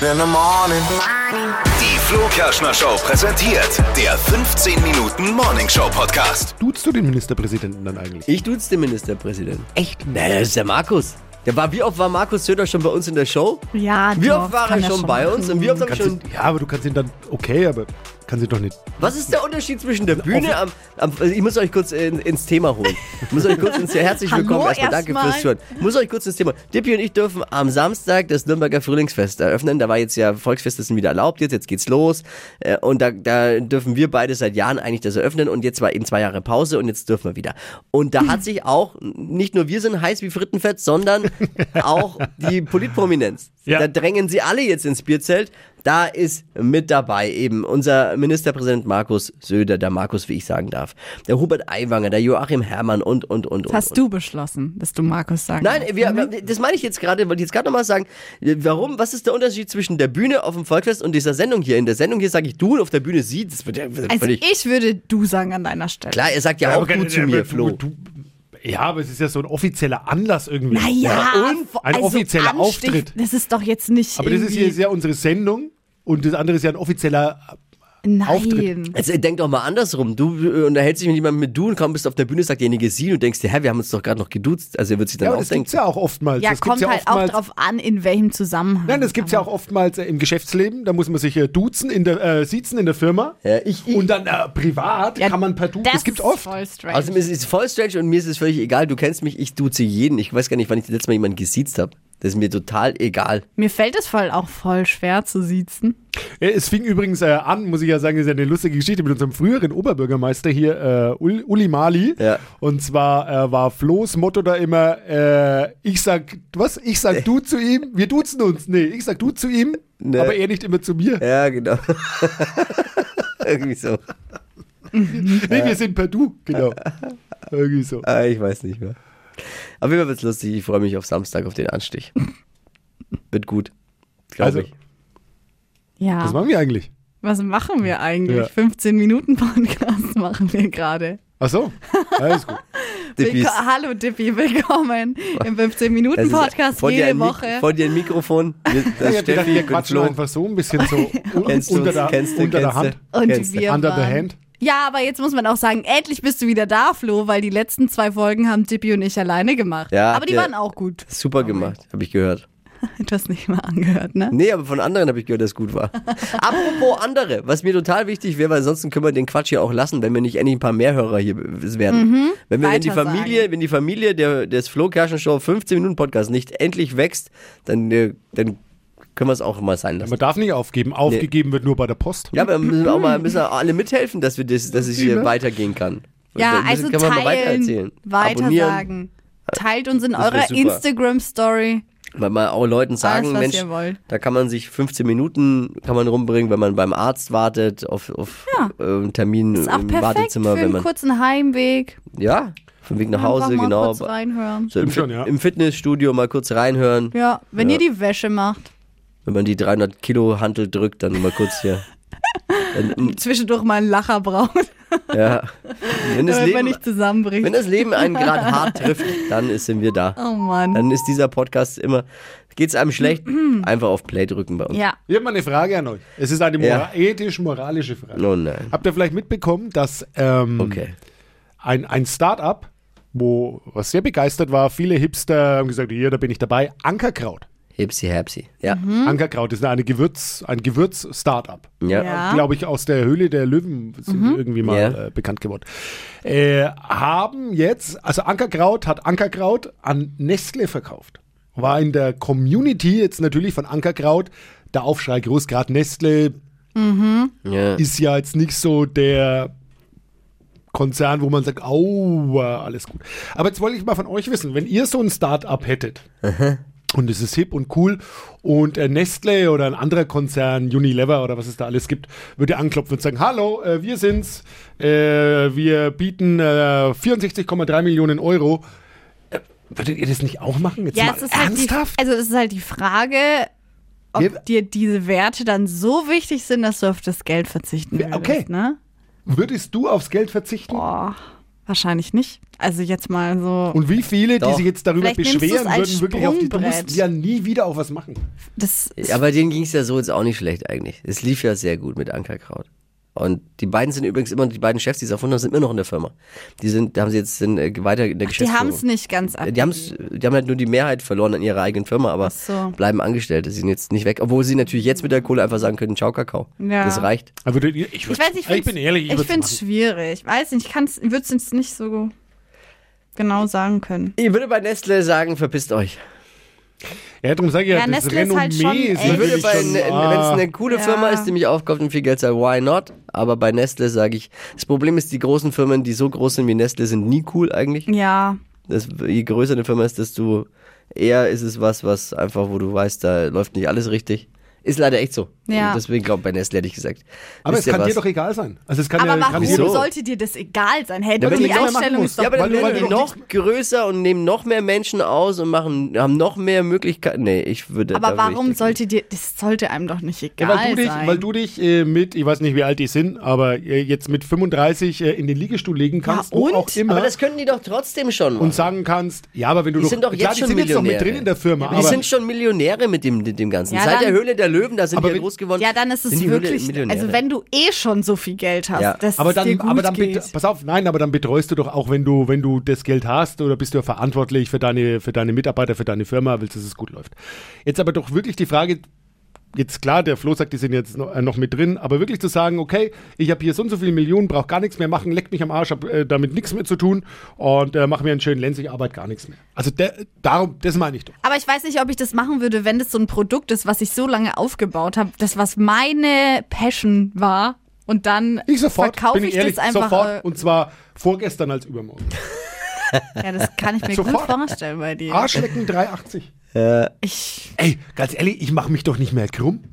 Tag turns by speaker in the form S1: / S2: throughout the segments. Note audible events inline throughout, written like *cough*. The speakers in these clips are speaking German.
S1: in the morning.
S2: Die Flo Kerschner Show präsentiert der 15 Minuten Morning Show Podcast.
S3: Duzt du den Ministerpräsidenten dann eigentlich?
S4: Ich duze den Ministerpräsidenten. Echt? Naja, das ist der Markus. Der war, wie oft war Markus Söder schon bei uns in der Show?
S5: Ja,
S4: Wie
S5: doch,
S4: oft war
S5: kann
S4: er schon bei uns? Und wie oft haben wir
S3: Kannst
S4: schon.
S3: ihn, ja, aber du kannst ihn dann, okay, aber kannst ihn doch nicht.
S4: Was ist der Unterschied zwischen der Bühne am, am Ich muss euch kurz in, ins Thema holen. Ich muss euch kurz ins Herzlich
S5: Hallo
S4: willkommen. Erstmal danke
S5: erstmal.
S4: fürs Zuhören. Ich muss euch kurz ins Thema. Dippi und ich dürfen am Samstag das Nürnberger Frühlingsfest eröffnen. Da war jetzt ja Volksfest ist wieder erlaubt, jetzt, jetzt geht's los. Äh, Und da, da dürfen wir beide seit Jahren eigentlich das eröffnen und jetzt war eben zwei Jahre Pause und jetzt dürfen wir wieder. Und da hat sich auch, nicht nur wir sind heiß wie Frittenfett, sondern auch die Politprominenz.
S3: Ja.
S4: Da drängen sie alle jetzt ins Bierzelt. Da ist mit dabei eben unser Ministerpräsident Markus Söder, der Markus, wie ich sagen darf, der Hubert Aiwanger, der Joachim Herrmann und, und, und. und,
S5: Das hast du beschlossen, dass du Markus sagen
S4: Nein,
S5: darfst.
S4: wir, wir- das meine ich jetzt gerade, wollte ich jetzt gerade nochmal sagen, warum, was ist der Unterschied zwischen der Bühne auf dem Volkfest und dieser Sendung hier? In der Sendung hier sage ich du und auf der Bühne sie, das wird ja das wird
S5: Also
S4: völlig...
S5: ich würde du sagen an deiner Stelle.
S4: Klar, er sagt ja, auch du zu mir, Flo.
S3: du- ja, aber es ist ja so ein offizieller Anlass irgendwie.
S5: Naja,
S4: Ja, und?
S3: Ein offizieller
S5: also Anstich-
S3: Auftritt.
S5: Das ist doch jetzt nicht
S3: Aber das ist, hier,
S5: irgendwie-
S3: ist ja unsere Sendung und das andere ist ja ein offizieller.
S5: Nein.
S3: Auftritt.
S4: Also denk doch mal andersrum. Du äh, unterhältst dich mit jemandem mit du und kaum bist du auf der Bühne, sagt derjenige sie und denkst dir, hä, wir haben uns doch gerade noch geduzt. Also er wird sich dann
S3: Ja, aber
S4: auch
S3: das
S4: denken.
S3: gibt's ja auch oftmals.
S5: Ja,
S3: das gibt's
S5: kommt
S3: ja
S5: halt auch
S3: oftmals.
S5: drauf an, in welchem Zusammenhang.
S3: Nein, das gibt's ja auch oftmals äh, im Geschäftsleben. Da muss man sich äh, duzen, in der, äh, sitzen in der Firma.
S4: Ja, ich- ich-
S3: und dann äh, privat
S5: Ja,
S3: kann man per Du.
S5: Das,
S3: Das, gibt's
S5: ist
S3: oft.
S5: Voll strange.
S4: Außerdem ist es voll strange und mir ist es völlig egal. Du kennst mich, ich duze jeden. Ich weiß gar nicht, wann ich das letzte Mal jemanden gesiezt habe. Das ist mir total egal.
S5: Mir fällt es voll auch voll schwer zu siezen.
S3: Ja, Es fing übrigens äh, an, muss ich ja sagen, das ist ja eine lustige Geschichte mit unserem früheren Oberbürgermeister hier, äh, Ul- Uli Mali.
S4: Ja.
S3: Und zwar äh, war Flohs Motto da immer, äh, ich sag, was? Ich sag du zu ihm, wir duzen uns. Nee, ich sag du zu ihm,
S4: Nee.
S3: aber er nicht immer zu mir.
S4: Ja, genau. *laughs* Irgendwie so.
S3: Nee, wir sind per Du, genau.
S4: *laughs*
S3: Irgendwie so.
S4: Ah, ich weiß nicht mehr. Auf jeden Fall wird's lustig. Ich freue mich auf Samstag, auf den Anstich. Wird gut. Glaube
S3: Also,
S4: ich.
S5: Ja.
S3: was machen wir eigentlich?
S5: Was machen wir eigentlich?
S3: Ja.
S5: 15 Minuten Podcast *laughs* machen wir gerade.
S3: Ach so, alles
S4: *laughs*
S3: gut.
S4: Dippis.
S5: Willko- Hallo Dippi, willkommen im 15 Minuten
S4: Das ist
S5: Podcast
S4: von dir
S5: jede
S4: ein Mik-
S5: Woche.
S4: Von dir ein Mikrofon.
S3: *laughs*
S4: Wir- Das
S3: ich hab gedacht,
S4: Steffi
S3: wir
S4: und
S3: quatschen
S4: Flo.
S3: einfach so ein bisschen
S4: *laughs*
S3: so un-
S4: Kennst du
S3: unter,
S4: uns?
S3: der,
S4: Kennst du,
S3: unter der
S4: kennst du.
S3: Hand.
S5: Und
S4: Kennst du.
S5: wir
S3: Under the
S5: waren-
S3: hand.
S5: Ja, aber jetzt muss man auch sagen, endlich bist du wieder da, Flo, weil die letzten zwei Folgen haben Dippi und ich alleine gemacht.
S4: Ja,
S5: aber die
S4: der-
S5: waren auch gut. *laughs*
S4: Super gemacht, habe ich gehört.
S5: Du hast nicht mal angehört, ne?
S4: Nee, aber von anderen habe ich gehört, dass es gut
S5: *laughs*
S4: war. Apropos andere, was mir total wichtig wäre, weil ansonsten können wir den Quatsch hier auch lassen, wenn wir nicht endlich ein paar mehr Hörer hier werden.
S5: Mhm.
S4: wenn wir wenn die
S5: Weitersagen.
S4: Familie, wenn die Familie der des Flo Kerschen Show 15 Minuten Podcast nicht endlich wächst, dann äh, dann können wir es auch mal sein lassen.
S3: Man darf nicht aufgeben. Aufgegeben wird nur bei der Post.
S4: Ja, aber wir müssen auch mal
S5: *clears throat*
S4: müssen auch alle mithelfen, dass wir das, dass es hier weitergehen kann.
S5: Ja,
S4: Das
S5: also
S4: kann man mal weitererzählen.
S5: teilen,
S4: Abonnieren.
S5: weitersagen. Teilt uns in
S4: Das wär
S5: eurer
S4: super.
S5: Instagram-Story.
S4: Weil man auch Leuten sagen,
S5: was
S4: Mensch,
S5: ihr wollt.
S4: da kann man sich 15 Minuten kann man rumbringen, wenn man beim Arzt wartet, auf, auf
S5: Ja.
S4: äh, einen Termin
S5: Ist auch
S4: im
S5: perfekt für
S4: Wartezimmer, wenn
S5: einen
S4: man.
S5: kurzen Heimweg.
S4: Ja, vom Weg nach Hause,
S5: Einfach mal
S4: genau.
S5: kurz reinhören.
S4: So
S3: Stimmt
S4: im,
S3: schon,
S4: Fit-
S3: ja.
S4: Im Fitnessstudio mal kurz reinhören.
S5: Ja, wenn
S4: Ja.
S5: ihr die Wäsche macht.
S4: Wenn man die 300 Kilo Hantel drückt, dann mal kurz hier. Dann,
S5: Zwischendurch mal einen Lacher braucht, *laughs*
S4: ja. Wenn das,
S5: damit
S4: Leben,
S5: man nicht zusammenbricht.
S4: wenn das Leben
S5: *laughs*
S4: einen gerade hart trifft, dann ist- sind wir da.
S5: oh Mann.
S4: Dann ist dieser Podcast immer, geht's einem schlecht, einfach auf Play drücken bei uns.
S5: Mhm. ja.
S3: Ich habe mal eine Frage an euch. Es ist eine
S4: Ja.
S3: mora ethisch-moralische Frage.
S4: Oh nein.
S3: Habt ihr vielleicht mitbekommen, dass ähm,
S4: Okay.
S3: ein, ein Start-up, wo was sehr begeistert war, viele Hipster haben gesagt, hier, da bin ich dabei, Ankerkraut.
S4: Hipsi Hapsi. Ja.
S5: Mhm.
S3: Ankerkraut ist eine Gewürz, ein Gewürz-Start-up.
S4: Ja.
S5: Ja.
S3: Glaube ich, aus der Höhle der Löwen sind die irgendwie mal
S4: Ja.
S3: äh, bekannt geworden. Äh, haben jetzt, also Ankerkraut hat Ankerkraut an Nestle verkauft. War in der Community jetzt natürlich von Ankerkraut der Aufschrei groß, gerade Nestle
S4: ja.
S3: ist ja jetzt nicht so der Konzern, wo man sagt, aua, alles gut. Aber jetzt wollte ich mal von euch wissen, wenn ihr so ein Start-up hättet und es ist hip und cool und äh, Nestle oder ein anderer Konzern, Unilever oder was es da alles gibt, würde anklopfen und sagen, hallo, äh, wir sind's, äh, wir bieten äh, 64,3 Millionen Euro. Äh, Würdet ihr das nicht auch machen? Jetzt
S5: Ja,
S3: mal
S5: es ist halt die,
S3: ernsthaft?
S5: also es ist halt die Frage, ob
S3: Wir-
S5: dir diese Werte dann so wichtig sind, dass du auf das Geld verzichten
S3: Wir-
S5: würdest.
S3: okay.
S5: Ne?
S3: Würdest du aufs Geld verzichten?
S5: Boah. Wahrscheinlich nicht. Also jetzt mal so.
S3: Und wie viele, die
S4: Doch.
S3: sich jetzt darüber
S5: Vielleicht nimmst
S3: beschweren,
S5: du's
S3: würden
S5: als
S3: wirklich auf die, du
S5: Sprungbrett.
S3: musst ja nie wieder auf was machen.
S5: Das
S4: Ja, aber denen ging es ja so jetzt auch nicht schlecht eigentlich. Es lief ja sehr gut mit Ankerkraut. Und die beiden sind übrigens immer, die beiden Chefs, die es erfunden haben, sind immer noch in der Firma. Die sind, da haben sie jetzt sind, äh, weiter in der
S5: die
S4: Geschäftsführung.
S5: haben es nicht ganz ab.
S4: Die, haben's, die haben halt nur die Mehrheit verloren an ihrer eigenen Firma, aber
S5: Ach so.
S4: bleiben Angestellte. Sie sind jetzt nicht weg, obwohl sie natürlich jetzt mit der Kohle einfach sagen können, ciao Kakao.
S5: Ja.
S4: Das reicht.
S3: Aber würdet ihr- Also, ich, würd-
S5: Ich weiß nicht, ich,
S3: bin ehrlich,
S5: ich
S3: würd's
S5: finde es
S3: machen.
S5: schwierig. Weiß nicht, ich kann's, würde es jetzt nicht so genau sagen können.
S4: Ich würde bei Nestle sagen, verpisst euch.
S3: Ja, darum sage ich ja,
S5: Ja,
S3: das
S5: Nestle ist
S3: Renommee
S5: halt
S3: ist
S5: schon echt.
S4: Ich würde
S3: natürlich
S4: bei,
S3: schon,
S4: wenn es
S3: ah,
S4: eine coole
S5: Ja.
S4: Firma ist, die mich aufkauft und viel Geld sagt, why not? Aber bei Nestle sage ich, das Problem ist, die großen Firmen, die so groß sind wie Nestle, sind nie cool eigentlich.
S5: Ja,
S4: Das, je größer eine Firma ist, desto eher ist es was, was einfach, wo du weißt, da läuft nicht alles richtig. Ist leider echt so.
S5: Ja.
S4: Und deswegen glaube ich bei Nestle hätte ich gesagt.
S3: aber es
S4: Wisst ihr
S3: kann
S4: was?
S3: dir doch egal sein. Also es kann
S5: aber
S3: ja, kann
S5: warum
S3: dir
S4: wieso?
S3: doch,
S5: sollte dir das egal sein? Hey,
S3: Ja, wenn
S5: die
S3: du nichts mehr
S5: Ausstellung
S3: machen
S5: ist
S3: musst.
S5: doch
S4: Ja, aber dann
S3: Weil du- weil
S4: werden wir
S3: du
S4: noch größer und nehmen noch mehr Menschen aus und machen, haben noch mehr Möglichkeiten. Nee, ich würde. da
S5: Aber
S4: würde ich
S5: warum
S4: nicht-
S5: sollte dir, das sollte einem doch nicht
S3: Ja,
S5: egal
S3: weil, du dich,
S5: sein.
S3: weil du dich äh, mit, ich weiß nicht, wie alt die sind, aber äh, jetzt mit 35 äh, in den Liegestuhl legen kannst, wo
S5: und?
S3: auch immer,
S4: Aber das können die doch trotzdem schon. Machen.
S3: und sagen kannst, ja, aber wenn du
S4: Die
S3: doch,
S4: sind doch jetzt
S3: klar, die
S4: schon
S3: sind jetzt noch mit
S4: Millionäre.
S3: drin in der Firma,
S4: die
S3: aber
S4: sind schon Millionäre mit dem, mit dem Ganzen.
S5: Ja,
S4: Seit der
S5: dann-
S4: Höhle der Löwen, da sind
S3: Aber
S4: die ja
S3: wenn-
S4: groß geworden.
S5: ja, dann ist
S4: Sind
S5: es
S4: die Höhle der
S5: wirklich,
S4: Millionäre.
S5: also wenn du eh schon so viel Geld hast,
S4: Ja.
S5: dass
S3: Aber
S5: es dir
S3: dann,
S5: gut
S3: aber dann
S5: geht.
S3: bitte, pass auf, nein, aber dann betreust du doch auch, wenn du, wenn du das Geld hast oder bist du ja verantwortlich für deine, für deine Mitarbeiter, für deine Firma, willst, dass es gut läuft. Jetzt aber doch wirklich die Frage, jetzt klar, der Flo sagt, die sind jetzt noch, äh, noch mit drin, aber wirklich zu sagen, okay, ich habe hier so und so viele Millionen, brauche gar nichts mehr machen, leck mich am Arsch, habe äh, damit nichts mehr zu tun und äh, mache mir einen schönen Lenz, ich arbeite gar nichts mehr. Also der, darum, das meine ich doch.
S5: Aber ich weiß nicht, ob ich das machen würde, wenn das so ein Produkt ist, was ich so lange aufgebaut habe, das was meine Passion war und dann
S3: Ich sofort,
S5: verkaufe
S3: bin
S5: ich
S3: ich ehrlich,
S5: das einfach.
S3: sofort und zwar vorgestern als übermorgen.
S5: äh, ja, das kann ich
S3: *laughs*
S5: mir
S3: Sofort.
S5: gut vorstellen bei dir.
S3: Arschlecken 380.
S5: Ich,
S3: Ey, ganz ehrlich, ich mache mich doch nicht mehr krumm.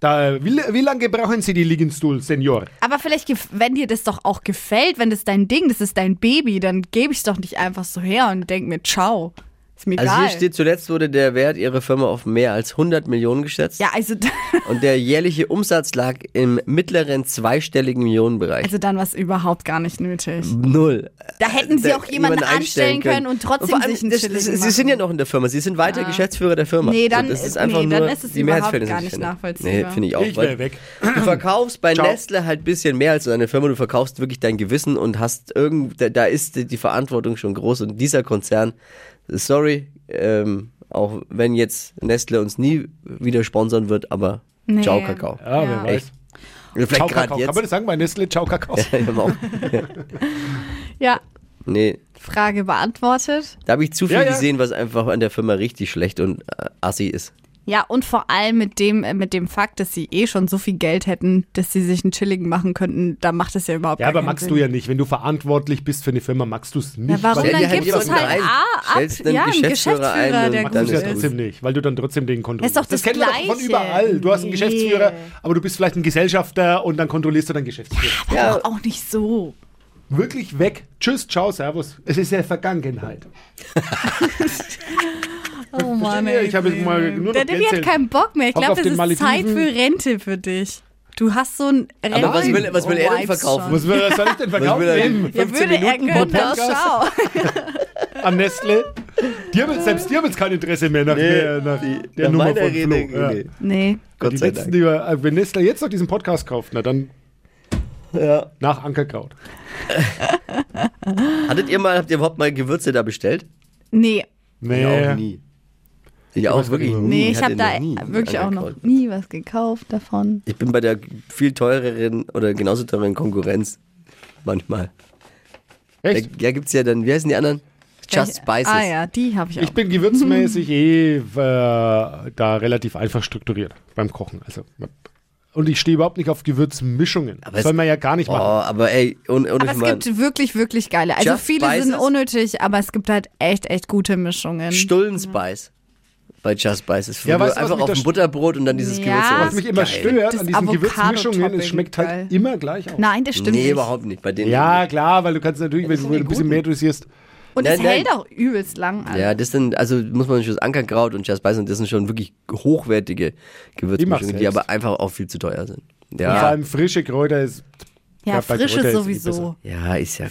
S3: Da, wie, wie lange brauchen Sie die Liegenstuhl, Senior?
S5: aber vielleicht, gef- wenn dir das doch auch gefällt, wenn das dein Ding, das ist dein Baby, dann gebe ich es doch nicht einfach so her und denk mir, ciao. Ist mir
S4: also
S5: egal.
S4: hier steht, zuletzt wurde der Wert ihrer Firma auf mehr als 100 Millionen geschätzt.
S5: ja, also, *laughs*
S4: Und der jährliche Umsatz lag im mittleren zweistelligen Millionenbereich.
S5: also dann war es überhaupt gar nicht nötig.
S4: Null.
S5: Da hätten sie
S4: Äh, Da-
S5: auch jemanden anstellen können und trotzdem
S4: vor allem,
S5: sich einen
S4: das,
S5: chilligen
S4: das, Sie
S5: machen.
S4: sind ja noch in der Firma, Sie sind weiter Geschäftsführer der Firma.
S5: Nee, dann-
S4: So, das ist
S5: nee,
S4: einfach
S5: dann
S4: nur
S5: ist es
S4: die
S5: überhaupt
S4: Mehrheitsverhältnisse,
S5: gar
S4: die ich
S5: nicht
S4: finde.
S5: nachvollziehbar.
S4: Nee, finde ich auch.
S3: Ich
S4: weil
S3: wär weg.
S4: Du verkaufst bei
S3: Ciao.
S4: Nestle halt ein bisschen mehr als deine Firma, du verkaufst wirklich dein Gewissen und hast irgend, da, da ist die- die Verantwortung schon groß und dieser Konzern, sorry, ähm, auch wenn jetzt Nestle uns nie wieder sponsern wird, aber
S5: Nee.
S4: ciao Kakao. Äh,
S3: Ja,
S5: Ja.
S3: wer weiß. Ciao,
S4: Vielleicht
S3: Kakao.
S4: gerade
S3: Kann man
S4: jetzt. genau.
S3: das sagen bei Nestle? Ciao, Kakao.
S4: *laughs*
S5: Ja,
S4: nee,
S5: Frage beantwortet.
S4: da habe ich zu viel
S3: Ja, ja.
S4: gesehen, was einfach an der Firma richtig schlecht und äh, assi ist.
S5: Ja, und vor allem mit dem, äh, mit dem Fakt, dass sie eh schon so viel Geld hätten, dass sie sich einen chilligen machen könnten, da macht es ja überhaupt
S3: Ja,
S5: gar
S3: aber
S5: keinen
S3: magst
S5: Sinn.
S3: du ja nicht. Wenn du verantwortlich bist für eine Firma, magst du es nicht.
S5: warum
S3: weil-
S5: dann
S4: dir halt
S5: gibst du's
S4: jemanden
S5: halt
S4: ein,
S5: A ab.
S4: stellst einen
S5: Ja, einen
S4: Geschäftsführer ein
S5: Geschäftsführer,
S4: und
S5: der
S4: dann
S5: gut
S3: Magst du es
S4: ist
S3: ja
S5: ist.
S4: gut.
S3: trotzdem nicht, weil du dann trotzdem den kontrollierst.
S5: Ist doch das
S3: kennen wir doch von
S5: Gleiche.
S3: überall. Du hast einen
S5: Nee.
S3: Geschäftsführer, aber du bist vielleicht ein Gesellschafter und dann kontrollierst du deinen Geschäftsführer.
S5: Aber
S4: Ja.
S5: doch auch nicht so.
S3: Wirklich weg. Tschüss, ciao, servus. Es ist ja Vergangenheit.
S5: Oh Mann,
S3: ihr? Ich habe jetzt mal nur noch
S5: Der Demi
S3: Geld
S5: hat keinen Bock mehr. Ich
S3: Hock
S5: glaube,
S3: auf
S5: das
S3: den
S5: ist
S3: Malediven.
S5: Zeit für Rente für dich. Du hast so ein Renten.
S4: was will- was will er denn
S5: Oh, Vibes
S4: verkaufen?
S5: schon.
S3: Was will- was soll ich denn verkaufen?
S4: will er denn?
S3: Eben.
S5: Ja,
S4: 15
S5: würde er
S4: Minuten
S5: können,
S4: Podcast?
S5: schau.
S3: an Nestle. Dir wird's- selbst dir wird es kein Interesse mehr nach der, nach der
S4: Nach
S3: Nummer
S4: meiner
S3: von Flo.
S4: Rede,
S3: Ja.
S4: nee.
S5: Nee.
S4: Gott
S3: die
S4: sei
S3: letzten,
S4: Dank.
S3: die wir, äh, wenn Nestle jetzt noch diesen Podcast kauft, na dann nach Ankerkraut.
S4: Hattet ihr mal, habt ihr überhaupt mal Gewürze da bestellt?
S5: Nee.
S3: Nee.
S4: Ich auch nie. Ich auch
S3: weiß
S4: wirklich
S3: nicht,
S4: nie.
S5: Nee, ich
S4: hatte
S5: habe da äh,
S4: noch nie
S5: wirklich auch noch
S4: Ankerkraut.
S5: nie was gekauft davon.
S4: Ich bin bei der viel teureren oder genauso teuren Konkurrenz manchmal. Da,
S3: Echt?
S4: da gibt's ja dann, wie heißen die anderen? Just Spices.
S5: Ah ja, die habe ich auch.
S3: Ich bin gewürzmäßig eh äh, da relativ einfach strukturiert beim Kochen. Also, und ich stehe überhaupt nicht auf Gewürzmischungen.
S4: Aber
S3: Das
S4: es-
S3: soll man ja gar nicht
S4: Oh,
S3: machen.
S4: aber ey, ohne, ohne
S5: Aber es
S4: Schmarrn.
S5: gibt wirklich, wirklich geile. Also
S4: Just
S5: viele sind
S4: Spices?
S5: unnötig, aber es gibt halt echt, echt gute Mischungen.
S4: Stullen Spice. Bei Just Spices.
S3: Ja,
S4: Ja,
S3: weißt du, was
S4: einfach
S3: mich
S4: auf
S3: da
S4: dem
S3: st-
S4: Butterbrot und dann dieses
S5: Ja.
S4: Gewürz.
S5: Was
S3: Was mich immer
S4: Geil.
S3: stört
S5: Das
S3: an diesen
S5: Avocado-Topping,
S3: Gewürzmischungen, es schmeckt halt
S5: geil.
S3: immer gleich aus.
S5: Nein, das stimmt
S4: nee,
S5: nicht.
S4: überhaupt nicht. Bei denen
S3: Ja, klar, weil du kannst natürlich, wenn du ein bisschen mehr dosierst,
S5: Und
S4: Nein,
S5: es
S4: nein.
S5: hält auch übelst lang an.
S4: Ja, das sind, also muss man schon das Ankerkraut und Jaspeis und das sind schon wirklich hochwertige
S3: Ich mach
S4: Gewürzmischungen, die
S3: selbst.
S4: aber einfach auch viel zu teuer sind.
S3: vor
S4: Ja,
S3: allem frische Kräuter ist
S5: Ja,
S3: Ja, bei Grötte
S5: frische
S3: ist eh
S5: sowieso.
S4: Ja, ist ja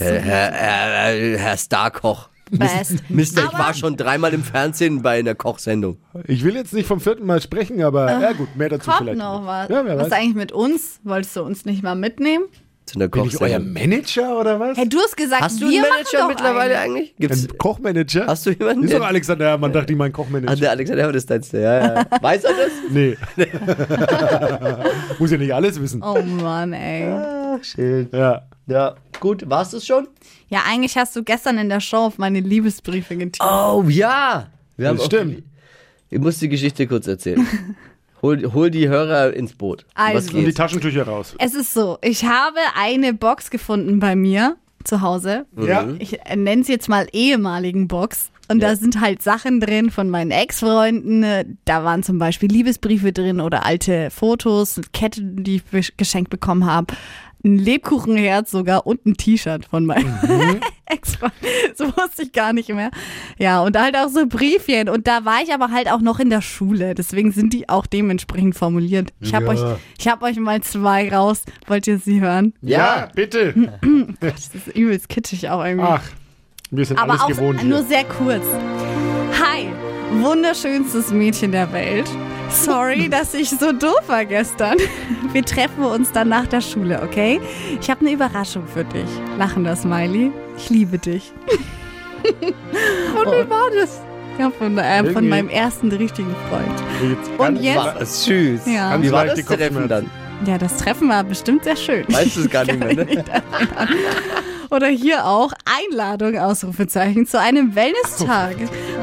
S4: jetzt, äh, Herr, Herr, Herr, Herr Starkoch.
S5: Best.
S4: Mister, ich
S5: Aber-
S4: war schon dreimal im Fernsehen bei einer Kochsendung.
S3: Ich will jetzt nicht vom vierten Mal sprechen, aber ja gut, mehr dazu
S5: Kommt
S3: vielleicht.
S5: noch was.
S3: Ja, wer weiß.
S5: was ist eigentlich mit uns? Wolltest du uns nicht mal mitnehmen?
S4: Zu einer
S3: Bin ich euer
S4: Kochsendung.
S3: Manager oder was?
S5: Hey, du hast gesagt,
S4: Hast du
S5: wir
S4: einen
S5: machen
S4: Manager
S5: doch
S4: mittlerweile
S5: einen.
S4: eigentlich? Gibt's,
S3: Ein Kochmanager?
S4: Hast du jemanden,
S3: Ist
S4: der-
S3: doch Alexander Herrmann, dachte ich, mein Kochmanager.
S4: ah, der Alexander Hermann ist deins, ja, ja. *laughs* Weiß er das?
S3: Nee. *laughs* Muss ja nicht alles wissen.
S5: Oh Mann, ey.
S4: Ah, schön.
S3: Ja.
S4: Ja, gut, warst du es schon?
S5: Ja, eigentlich hast du gestern in der Show auf meine Liebesbriefe getippt.
S4: Oh, ja. Wir haben
S3: Das
S4: auch-
S3: stimmt.
S4: Ich muss die Geschichte kurz *laughs* erzählen. Hol, hol die Hörer ins Boot. Um
S5: Also.
S3: Und die
S4: geht's?
S3: Taschentücher raus.
S5: Es ist so, ich habe eine Box gefunden bei mir zu Hause.
S4: Mhm.
S3: Ja.
S5: Ich nenne es jetzt mal ehemaligen Box. Und da sind halt Sachen drin von meinen Ex-Freunden. Äh, Da waren zum Beispiel Liebesbriefe drin oder alte Fotos, Ketten, die ich be- geschenkt bekommen habe. Ein Lebkuchenherz sogar und ein T-Shirt von meinem *laughs* Ex-Freund. So wusste ich gar nicht mehr. Ja, und halt auch so Briefchen. Und da war ich aber halt auch noch in der Schule. Deswegen sind die auch dementsprechend formuliert. Ich habe
S3: Ja.
S5: euch, ich hab euch mal zwei raus. Wollt ihr sie hören?
S4: Ja.
S5: Hm.
S3: bitte.
S5: Das ist übelst kitschig auch irgendwie.
S3: Ach, wir sind
S5: Aber
S3: alles
S5: auch
S3: gewohnt.
S5: nur
S3: Hier.
S5: sehr kurz. Hi, wunderschönstes Mädchen der Welt. Sorry, dass ich so doof war gestern. Wir treffen uns dann nach der Schule, okay? Ich habe eine Überraschung für dich. Lachender Smiley, ich liebe dich. Und wie war das? Ja, von, äh, von
S3: Irgendwie.
S5: meinem ersten richtigen Freund.
S3: Jetzt
S5: Und
S3: ganz
S5: jetzt?
S3: wa-
S4: Ah, Süß.
S5: Ja.
S4: Wie
S3: Ganz
S4: war
S3: leicht
S4: das
S3: die
S4: Treffen
S3: Kopfschmerzen.
S4: dann?
S5: Ja, das Treffen war bestimmt sehr schön.
S4: Weißt du es gar nicht mehr, ne?
S5: Oder hier auch Einladung, Ausrufezeichen, zu einem Wellness-Tag.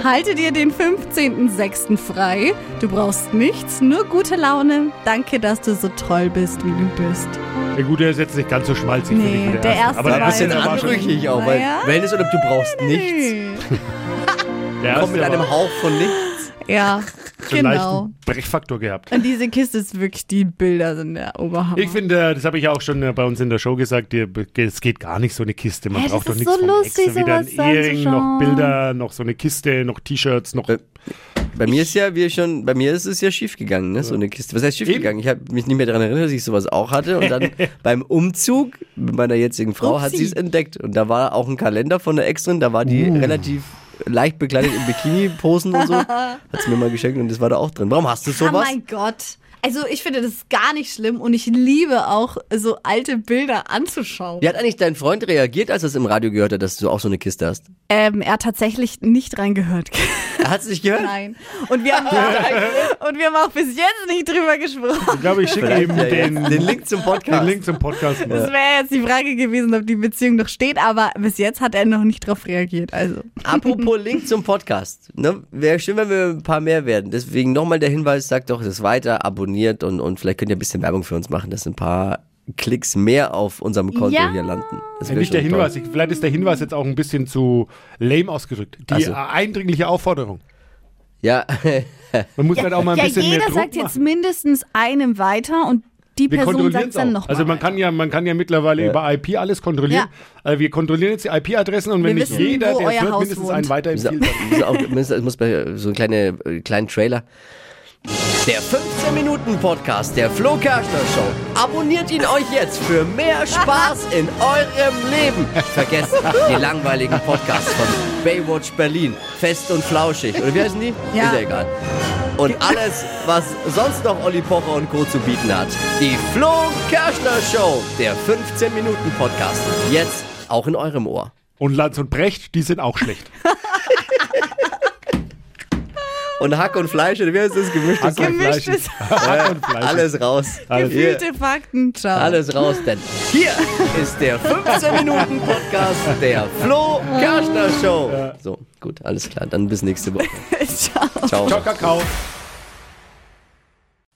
S5: Halte dir den 15.06. frei. Du brauchst nichts, nur gute Laune. Danke, dass du so toll bist, wie du bist.
S3: Ja, gut, der ist jetzt nicht ganz so schmalzig.
S5: Nee,
S3: finde ich, wie
S5: der erste
S3: Aber der
S5: war
S3: erste
S5: ja-
S3: war schon.
S4: anrüchig auch, weil
S5: Ja.
S4: Wellness oder du brauchst nichts.
S3: Der erste
S4: Komm mit
S3: war-
S4: einem Hauch von nichts.
S5: Ja,
S4: *laughs*
S3: so einen
S5: genau.
S3: leichten Brechfaktor gehabt.
S5: Und diese Kiste ist wirklich, die Bilder sind der Oberhammer.
S3: Ich finde, das habe ich ja auch schon äh, bei uns in der Show gesagt, ihr- es geht gar nicht so eine Kiste. Man
S5: Hä, das
S3: braucht doch
S5: ist
S3: nichts
S5: so
S3: von
S5: lustig,
S3: extra. Weder ein
S5: sowas
S3: Ehering, noch
S5: anzuschauen.
S3: Bilder, noch so eine Kiste, noch T-Shirts, noch...
S4: Äh, Bei mir ist ja, wie schon, bei mir ist es ja schief gegangen, ne? So eine Kiste. Was heißt schief gegangen? Ich habe mich nicht mehr daran erinnert, dass ich sowas auch hatte. Und dann beim Umzug mit meiner jetzigen Frau hat
S5: Upsi.
S4: sie es entdeckt. Und da war auch ein Kalender von der Ex drin, da war die relativ leicht bekleidet im Bikini posen und so. Hat sie mir mal geschenkt und das war da auch drin. Warum hast du
S5: Oh
S4: sowas?
S5: mein Gott. Also ich finde das gar nicht schlimm und ich liebe auch so alte Bilder anzuschauen.
S4: Wie hat eigentlich dein Freund reagiert, als er es im Radio gehört hat, dass du auch so eine Kiste hast?
S5: Ähm, er hat tatsächlich nicht reingehört. *laughs*
S4: Er hat es nicht gehört?
S5: Nein. Und wir,
S3: *laughs*
S5: haben auch, und wir haben auch bis jetzt nicht drüber gesprochen.
S3: Ich glaube, ich schicke
S4: Vielleicht
S3: eben
S4: ja jetzt.
S3: den,
S4: den Link zum Podcast.
S3: den Link zum Podcast. Äh,
S5: Das wäre jetzt die Frage gewesen, ob die Beziehung noch steht, aber bis jetzt hat er noch nicht drauf reagiert. Also.
S4: Apropos Link zum Podcast. Ne? Wäre schön, wenn wir ein paar mehr werden. Deswegen nochmal der Hinweis, sagt doch das weiter, abonniert und, und vielleicht könnt ihr ein bisschen Werbung für uns machen, dass ein paar Klicks mehr auf unserem Konto
S5: Ja.
S4: hier landen. Das
S3: Ja,
S4: wär
S3: Nicht der
S4: schon
S3: Hinweis,
S4: toll.
S3: ich, vielleicht ist der Hinweis jetzt auch ein bisschen zu lame ausgedrückt. Die
S4: Also.
S3: äh, eindringliche Aufforderung.
S4: Ja, *laughs*
S3: Man muss halt auch mal ein
S5: ja,
S3: bisschen mehr
S5: jeder
S3: Druck
S5: sagt
S3: machen.
S5: jetzt mindestens einem weiter und die
S3: wir
S5: Person
S3: kontrollieren
S5: sagt
S3: es
S5: dann
S3: auch.
S5: noch
S3: Also
S5: mal
S3: man kann ja, man kann ja mittlerweile über IP alles kontrollieren. Äh, wir kontrollieren jetzt die IP-Adressen und wenn
S5: Wir
S3: nicht
S5: wissen,
S3: jeder,
S5: wo
S3: der es
S5: euer
S3: hört,
S5: Haus
S3: mindestens
S5: wohnt.
S3: einen
S4: so, *laughs*
S3: weiterempfiehlt.
S4: so auch, es muss bei so ein kleine, äh, kleinen Trailer. Der 15-Minuten-Podcast der Flo Kerschner Show. Abonniert ihn euch jetzt für mehr Spaß in eurem Leben. Vergesst nicht die langweiligen Podcasts von Baywatch Berlin, Fest und Flauschig. Oder wie heißen die?
S5: Ja.
S4: Ist ja egal. Und alles, was sonst noch Olli Pocher und Co. zu bieten hat. Die Flo Kerschner Show, der 15-Minuten-Podcast. Jetzt auch in eurem Ohr.
S3: Und Lanz und Brecht, die sind auch schlecht.
S4: Und Hack und Fleisch, oder wie heißt das? Gemischtes
S3: Hack und Fleisch.
S5: Gemischtes
S3: Hack und Fleisch.
S4: Alles raus. Hier,
S5: Gefühlte Fakten, ciao.
S4: alles raus, denn hier ist der 15-Minuten-Podcast der Flo Kerschner Show. So, gut, alles klar. Dann bis nächste Woche.
S5: ciao.
S4: Ciao.
S3: Ciao, Kakao.